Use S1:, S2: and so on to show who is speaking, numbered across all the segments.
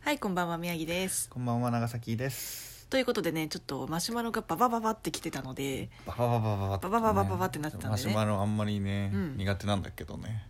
S1: はいこんばんは宮城です
S2: こんばんは長崎です。
S1: ということでねちょっとマシュマロがババババってきてたので
S2: ババババババっ
S1: バ
S2: てね
S1: バババババってなってたんでね
S2: マシュマロあんまりね、
S1: うん
S2: 苦手なんだけどね。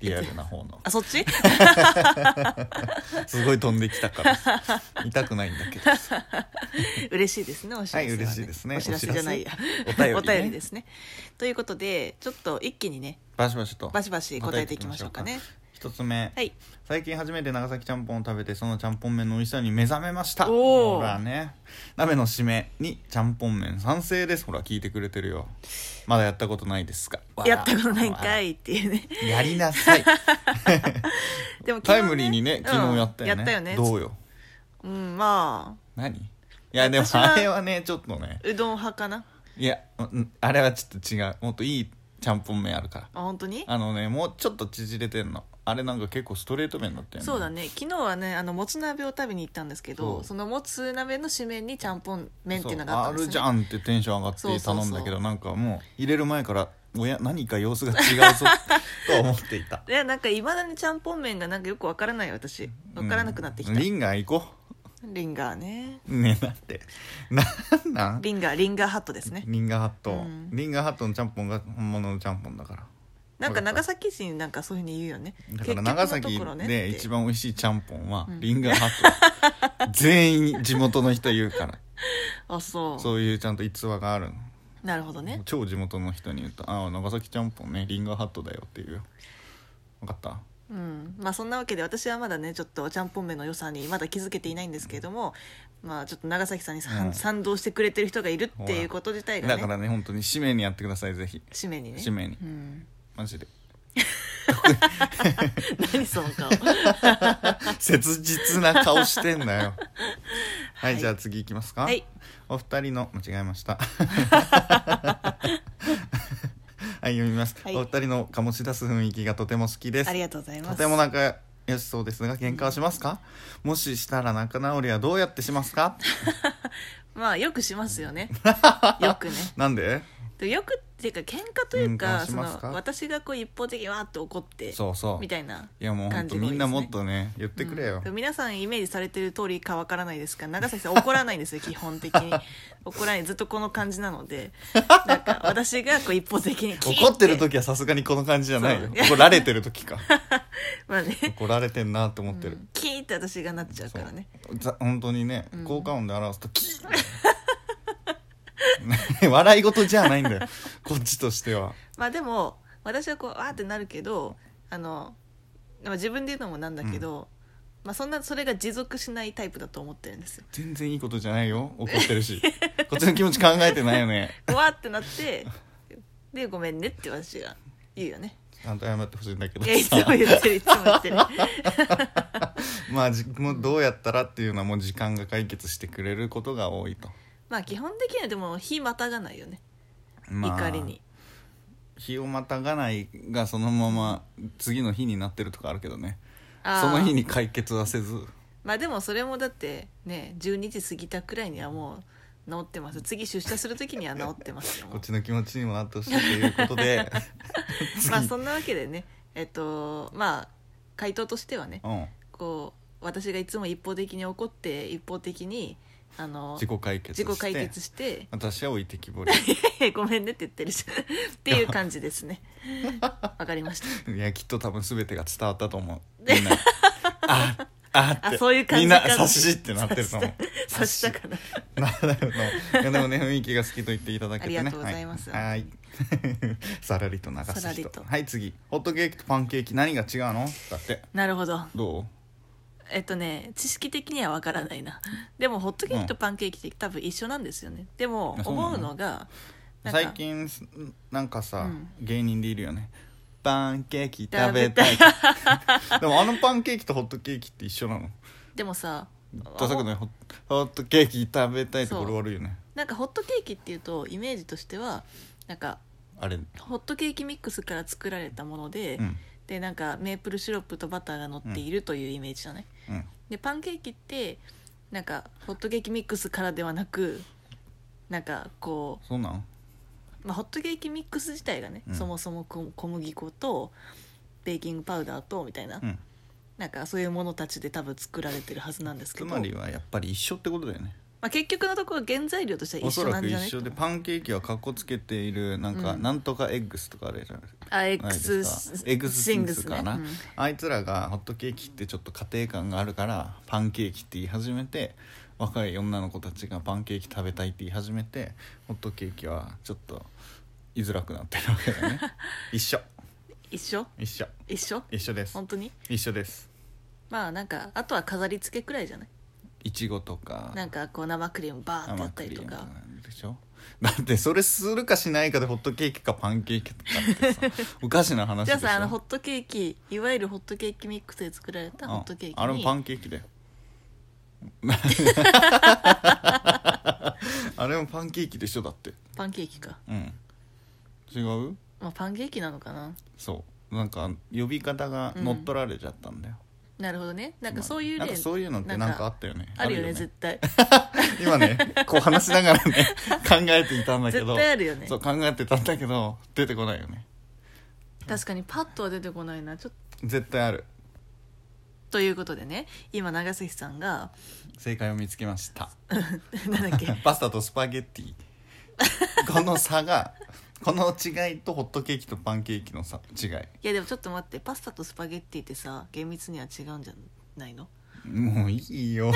S2: リアルな方の
S1: あそっ ち
S2: すごい飛んできたから痛くないんだけど
S1: 嬉しいですねお知らせは、ね
S2: はい嬉しいですね
S1: お知らせじゃないや
S2: お知ら せ
S1: お
S2: お
S1: 便
S2: 便りね
S1: りですねということでちょっと一気にね
S2: バシバシと
S1: バシバシ答えていきましょうかね
S2: 一つ目、
S1: はい
S2: 最近初めて長崎ちゃんぽんを食べてそのちゃんぽん麺の美味しさに目覚めました
S1: おー
S2: ほらね鍋の締めにちゃんぽん麺賛成ですほら聞いてくれてるよまだやったことないですがわら
S1: やったことないんかいっていうね
S2: わらやりなさい
S1: でも昨
S2: タ
S1: 日ね
S2: イムリーにね昨日やったよね、
S1: うん、やったよね
S2: どうよ
S1: うんま
S2: 何いやでも
S1: 私は
S2: あれはねちょっとね
S1: あうどん派かな
S2: いうやうんあれはちょっと違うもっといいちゃんぽん麺あるか
S1: あ
S2: ら
S1: 本当に
S2: あのねもうちょっと縮れてんのあれなんか結構ストレート麺だったよね
S1: そうだね昨日はねあのもつ鍋を食べに行ったんですけど
S2: そう
S1: そのもつ鍋の締めにちゃんぽん麺っていうのがあったんです、ね、
S2: そうあるじゃんってテンション上がって
S1: そうそうそう
S2: 頼んだけどなんかもう入れる前からおや何か様子が違 うぞと思っていた
S1: いやなんかいまだにちゃんぽん麺がなんかよくわからない私わからなくなってきた、
S2: うんリ
S1: リ
S2: ンガー行こ
S1: ンガーね
S2: うねだってなんなん
S1: リンガーリンガーハットですね
S2: リンガーハット、
S1: うん
S2: リンガーハットのちゃんぽんが本物のちゃんぽんだから
S1: なんか長崎人なんかそういうふうに言うよね
S2: だから長
S1: 結
S2: 崎
S1: 局のところねって
S2: で一番美味しいちゃんぽんは
S1: うん
S2: リンガーハ ット、全員地元の人言うから
S1: あそう
S2: そういうちゃんと逸話があるの
S1: なるほどね
S2: 超地元の人に言うと「ああ長崎ちゃんぽんねリンガーハットだよ」っていうよ分かった
S1: うんまあそんなわけで私はまだねちょっとちゃんぽん麺の良さにまだ気づけていないんですけれどもまあちょっと長崎さんにさん
S2: うん
S1: 賛同してくれてる人がいるっていうこと自体が
S2: だか
S1: ね
S2: らね本当に紙面にやってくださいぜひ
S1: 締めにね
S2: 締めに
S1: うん、
S2: マジで
S1: 何その 顔
S2: 切実な顔してん だよはい、
S1: はい
S2: じゃあ次いきますか、
S1: はい
S2: お二人の間違え ましたはい読みます、
S1: はい
S2: お二人の醸し出す雰囲気がとても好きです
S1: ありがとうございます
S2: とても仲良しそうですが喧嘩はしますか、もししたら仲直りはどうやってしますか
S1: まあよくしますよ ねよくね
S2: なんで
S1: でよくっていうか喧嘩という
S2: 喧嘩
S1: か
S2: をし
S1: そ
S2: ますか
S1: の私がこう一方的にわーっと怒って
S2: そうそう
S1: みたいない
S2: やもう本
S1: 感
S2: 当
S1: じが多いですね
S2: みんなもっとね言ってくれよ、
S1: うん皆さんイメージされてる通りかわからないですが長崎さん怒らないんですよ基本的 に怒らないずっとこの感じなのでなんか私がこう一方的にキー
S2: 怒ってる時はさすがにこの感じじゃないよ
S1: そう
S2: 怒られてる時 か
S1: まあね
S2: 怒られてんなと思ってる、
S1: キーって私がなっちゃうからね
S2: そうざ本当にね、
S1: うん
S2: 効果音で表すとキー笑い事じゃないんだよ こっちとしては
S1: まあでも私はこうわーってなるけどあのまあ自分で言うのもなんだけど、まあそんなそれが持続しないタイプだと思ってるんですよ
S2: 全然いいことじゃないよ怒ってるしこっちの気持ち考えてないよね
S1: うわーってなってでごめんねって私が言うよね
S2: ちゃんと謝ってほしいんだけど
S1: いやいつも
S2: さ
S1: 言ってるいつも言ってる
S2: まあじもうどうやったらっていうのはもう時間が解決してくれることが多いと、
S1: まあ基本的にはでも日またがないよね、
S2: まあ
S1: 怒りに
S2: 日をまたがないがそのまま次の日になってるとかあるけどね
S1: あー
S2: その日に解決はせず
S1: まあでもそれもだってね12時過ぎたくらいにはもう治ってます次出社する時には治ってますよ
S2: こっちの気持ちにもなってほしいということで 次
S1: まあそんなわけでねえっとまあ回答としてはね
S2: うん
S1: こう私がいつも一方的に怒って一方的にあの
S2: 自己解決して
S1: 自己解決して
S2: 私は置いてきぼり
S1: 「ごめんね」って言 ってるしっていう感じですねわかりました
S2: いやきっと多分全てが伝わったと思う みんなああって
S1: あそういう感じ
S2: みんな
S1: か
S2: 察しってなってると思う
S1: 察したかな
S2: なるほどいやでもね雰囲気が好きと言っていただけてね
S1: ありがとうございます
S2: はいはい さらりと流す人
S1: さらりと
S2: はい次ホットケーキとパンケーキ何が違うのだって
S1: なるほど
S2: どう
S1: えっとね知識的にはわからないなでもホットケーキとパンケーキって多分一緒なんですよねでも
S2: あそうなの
S1: 思うのがなんか
S2: 最近すなんかさ、
S1: うん
S2: 芸人でいるよねパンケーキ食べたい でもあのパンケーキとホットケーキって一緒なの
S1: でもさ
S2: ダサくないホッホットケーキ食べたいとこ
S1: そう
S2: ろ悪いよね
S1: なんかホットケーキっていうとイメージとしてはなんか
S2: あれ
S1: ホットケーキミックスから作られたもので、
S2: うん
S1: でなんかメープルシロップとバターが乗っているというイメージじゃない、
S2: うん
S1: でパンケーキってなんかホットケーキミックスからではなくなんかこ
S2: そうなん
S1: う、まあ、ホットケーキミックス自体がね、
S2: うん
S1: そもそもこ小麦粉とベーキングパウダーとみたいな、
S2: うん
S1: なんかそういうものたちで多分作られてるはずなんですけ
S2: つ
S1: ど
S2: まりはやっぱり一緒ってことだよね
S1: まあ、結局のところ原材料としては
S2: お
S1: 一
S2: そ
S1: 緒
S2: ら
S1: なん
S2: く
S1: じ
S2: 一
S1: ゃない
S2: 緒でパンケーキはかっこつけているなんか、
S1: うん
S2: なんとかエッグスとかあれじゃない
S1: あエッ
S2: な
S1: ク
S2: いで
S1: ス
S2: すかエッグスシングスかな、
S1: シングスね
S2: あいつらがホットケーキってちょっと家庭感があるからパンケーキって言い始めて若い女の子たちがパンケーキ食べたいって言い始めてホットケーキはちょっと居づらくなってるわけだ ね一緒
S1: うん一緒
S2: 一緒
S1: 一緒
S2: 一緒です
S1: 本当に
S2: 一緒です
S1: まあなんかあとは飾り付けくらいじゃない
S2: いちごとか
S1: なんかこう生クリームバーってや
S2: 甘
S1: った
S2: ク
S1: り
S2: リ
S1: と
S2: ーム
S1: か
S2: でしょだってそれするかしないかでホットケーキかパンケーキとかってさおかしな話
S1: じ
S2: で
S1: ゃ
S2: し
S1: あ
S2: ょ
S1: さあのホットケーキいわゆるホットケーキミックスで作られたホットケーキに
S2: ああれもパンケーキだ よあれもパンケーキでしょだって
S1: パンケーキか、
S2: うん違う
S1: まあ、パンケーキなのかな
S2: そうなんか呼び方が乗っ取られちゃったんだよ、
S1: なるほどねなんかそういう
S2: なん
S1: 例
S2: かそういうのってなんかあったよね
S1: あるよね絶 対
S2: 今ねこう話しなが らね考えていたんだけど
S1: 絶対あるよね
S2: そう考えてたんだけど出てこないよね
S1: 確かにパッとは出てこないなちょっと
S2: 絶対ある
S1: ということでね今長崎さんが
S2: 正解を見つけました
S1: なん だっけ
S2: パスタとスパゲッテ ィこの差がこの違いとホットケーキとパンケーキの差違い
S1: いやでもちょっと待ってパスタとスパゲッティってさ厳密には違うんじゃないの
S2: もういいよ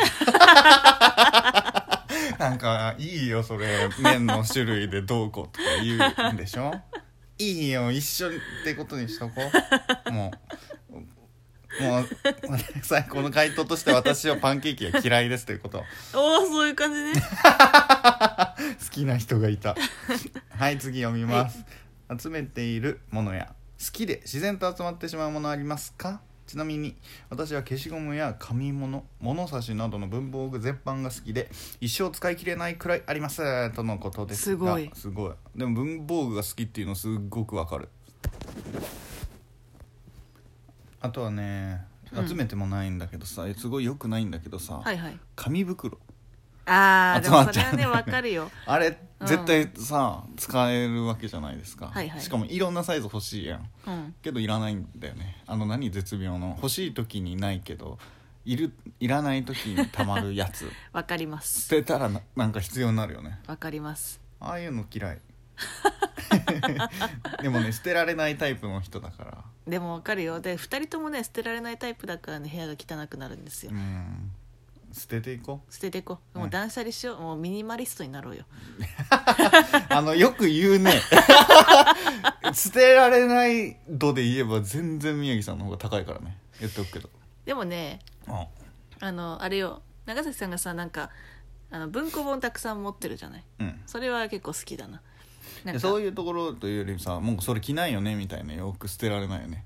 S2: なんかいいよそれ麺の種類でどうこうとか言うんでしょいいよ一緒ってことにしとこうもうもう最高の回答として私はパンケーキが嫌いですということ
S1: おおそういう感じね
S2: 好きな人がいた はい次読みます、集めているものや好きで自然と集まってしまうものありますかちなみに私は消しゴムや紙物物差しなどの文房具全般が好きで一生使い切れないくらいありますとのことです
S1: す
S2: が
S1: ごい
S2: すごいでも文房具が好きっていうのすっごくわかるあとはね
S1: うん
S2: 集めてもないんだけどさ、すごい良くないんだけどさ、
S1: はいはい
S2: 紙袋
S1: あー
S2: あ
S1: でもそれは
S2: とはじ
S1: ね
S2: ゃあね
S1: わかる よ
S2: あれ
S1: うん
S2: 絶対さ、使えるわけじゃないですか、
S1: はいはい
S2: しかもいろんなサイズ欲しいやん
S1: うん
S2: けどいらないんだよねあの何絶妙の欲しい時にないけどいるいらない時にたまるや つ
S1: わかります
S2: 捨てたらななんか必要になるよね
S1: わかります
S2: ああいうの 嫌いでもね捨てられないタイプの人だから
S1: でもわかるよで2人ともね捨てられないタイプだからね部屋が汚くなるんですよ
S2: うん捨てていこう
S1: 捨てていこう
S2: うん
S1: もう断捨離しようもうミニマリストになろうよ
S2: あのよく言 うね捨てられない度で言えば全然宮城さんの方が高いからね言っておくけど
S1: でもね
S2: うん
S1: あのあれよ長崎さんがさなんかあの文庫本たくさん持ってるじゃない
S2: うん
S1: それは結構好きだななんか
S2: そういうところというよりさもうそれ着ないよねみたいな洋服捨てられないよね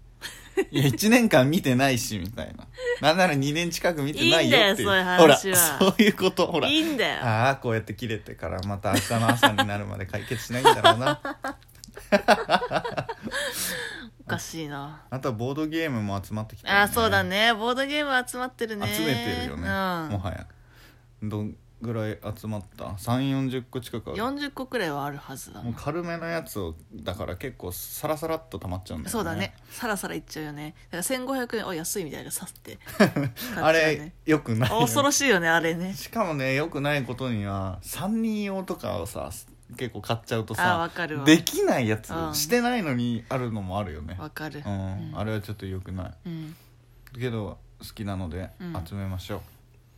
S2: いや1年間見てないしみたいななんなら2年近く見てないよって
S1: いい
S2: いう
S1: んだよそういう話は
S2: ほらそういうことほら
S1: いいんだよ
S2: ああこうやって切れてからまた明日の朝になるまで解決しないんだろう な
S1: おかしいな
S2: あとはボードゲームも集まってきたよ
S1: あーそうだねボードゲーム集まってるね
S2: 集めてる
S1: う
S2: よね、
S1: ん、
S2: もはやどんぐらい集まった3 4 0個近くある
S1: 40個くらいはあるはずだ
S2: もう軽めのやつをだから結構サラサラっと溜まっちゃうんだよね
S1: そうだねさらさらいっちゃうよねだから1500円お安いみたいなさって
S2: あれよくないよね
S1: 恐ろしいよねあれね
S2: しかもねよくないことには3人用とかをさ結構買っちゃうと
S1: あ
S2: さ
S1: わかるわ
S2: できないやつ、
S1: うん
S2: してないのにあるのもあるよね
S1: わかる
S2: うん、あれはちょっとよくない
S1: うん
S2: けど好きなので
S1: うん
S2: 集めましょ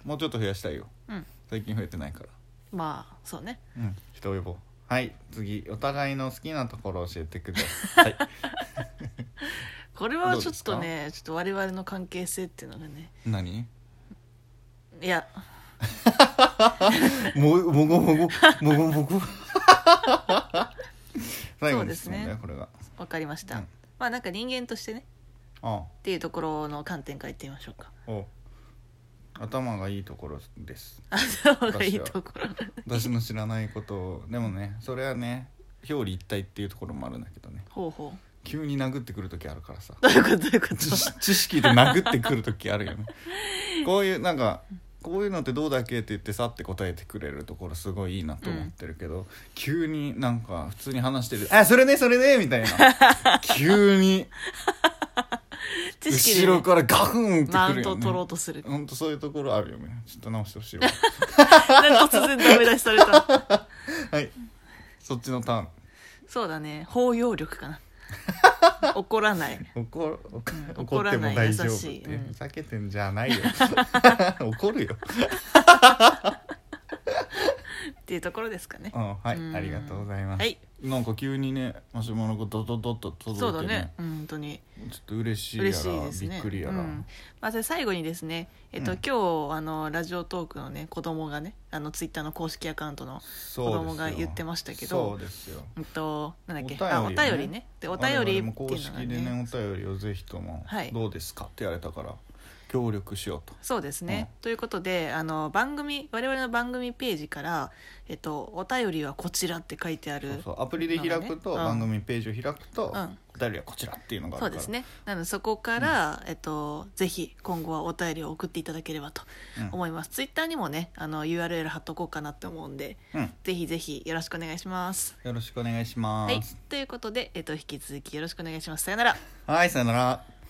S2: う、もうちょっと増やしたいよ
S1: うん
S2: 最近増えてないから
S1: まあそうね
S2: うん人呼ぼうはい次お互いの好きなところを教えてくだ さい、
S1: これはちょっとねちょっと我々の関係性っていうのがね
S2: 何
S1: いや
S2: ももごもごもごもご最
S1: そ
S2: 後
S1: うで
S2: の
S1: す
S2: 質
S1: ね
S2: 問だよ、これが
S1: わかりました、
S2: うん
S1: まあなんか人間としてね
S2: ああ
S1: っていうところの観点から言ってみましょうか
S2: お頭がいいところです
S1: 頭がいいところ
S2: 私の知らないことをでもねそれはね表裏一体っていうところもあるんだけどね
S1: ほうほう
S2: 急に殴ってくる時あるからさ
S1: どういうことどういう こと
S2: 知知識で殴ってくる時あるよねこういうなんかこういうのってどうだっけって言ってさって答えてくれるところすごいいいなと思ってるけど、急になんか普通に話してる「あそれねそれね」みたいな急に
S1: 知識で
S2: 後
S1: ね、
S2: ろからガフンって
S1: マ
S2: く
S1: ウ
S2: る
S1: ント
S2: よ
S1: を取ろ
S2: ね
S1: うとする。
S2: ほんとそういうところあるよねちょっと直してほしいわ
S1: なんか突然ダメ出しされ た。
S2: はいそっちのタ
S1: そうだね。包容力 かな。怒らない。
S2: ーン怒る怒
S1: うん
S2: 怒っても
S1: 怒らない
S2: 大
S1: 優
S2: 丈夫っ
S1: していうん
S2: ふざけてんじゃないよ怒るよ
S1: っていうところですかね
S2: う。んはい
S1: うん
S2: ありがとうございます、
S1: はい
S2: なんか急にねマシュマロがドドドッと
S1: そ
S2: 届
S1: うだ
S2: いてね
S1: ね。本当に。
S2: ちょっと嬉しいやら
S1: 嬉しいですね。
S2: びっくりやら、
S1: うんまず最後にですね、えっと、
S2: うん
S1: 今日あのラジオトークのね子供がねあのツイッターの公式アカウントの
S2: 子
S1: 子供が言ってましたけど
S2: そうですよ
S1: うんとなんだっけ
S2: お便りをね
S1: あお便りねでお便り
S2: 我
S1: っ
S2: 々も
S1: ていう
S2: 公
S1: の
S2: 式
S1: が
S2: で
S1: ね
S2: ねお便りをぜひとも
S1: はい
S2: どうですか?」って言われたから協力しようと
S1: そうですね、
S2: う
S1: ということであの番組我々の番組ページから、えっと「お便りはこちら」って書いてある
S2: そうそうアプリで開くと
S1: うん
S2: 番組ページを開くと
S1: うん
S2: お便りはこちらっていうのがあ
S1: そうで
S2: るから
S1: すねなのでそこから、えっと、ぜひ今後はお便りを送っていただければと思います、ツイッターにもねあの URL 貼っとこうかなって思うんで
S2: うんうん
S1: ぜひぜひよろしくお願いします
S2: よろしくお願いしま
S1: はい
S2: す
S1: ということで、えっと、引き続きよろしくお願いしますさよなら
S2: はいさよなら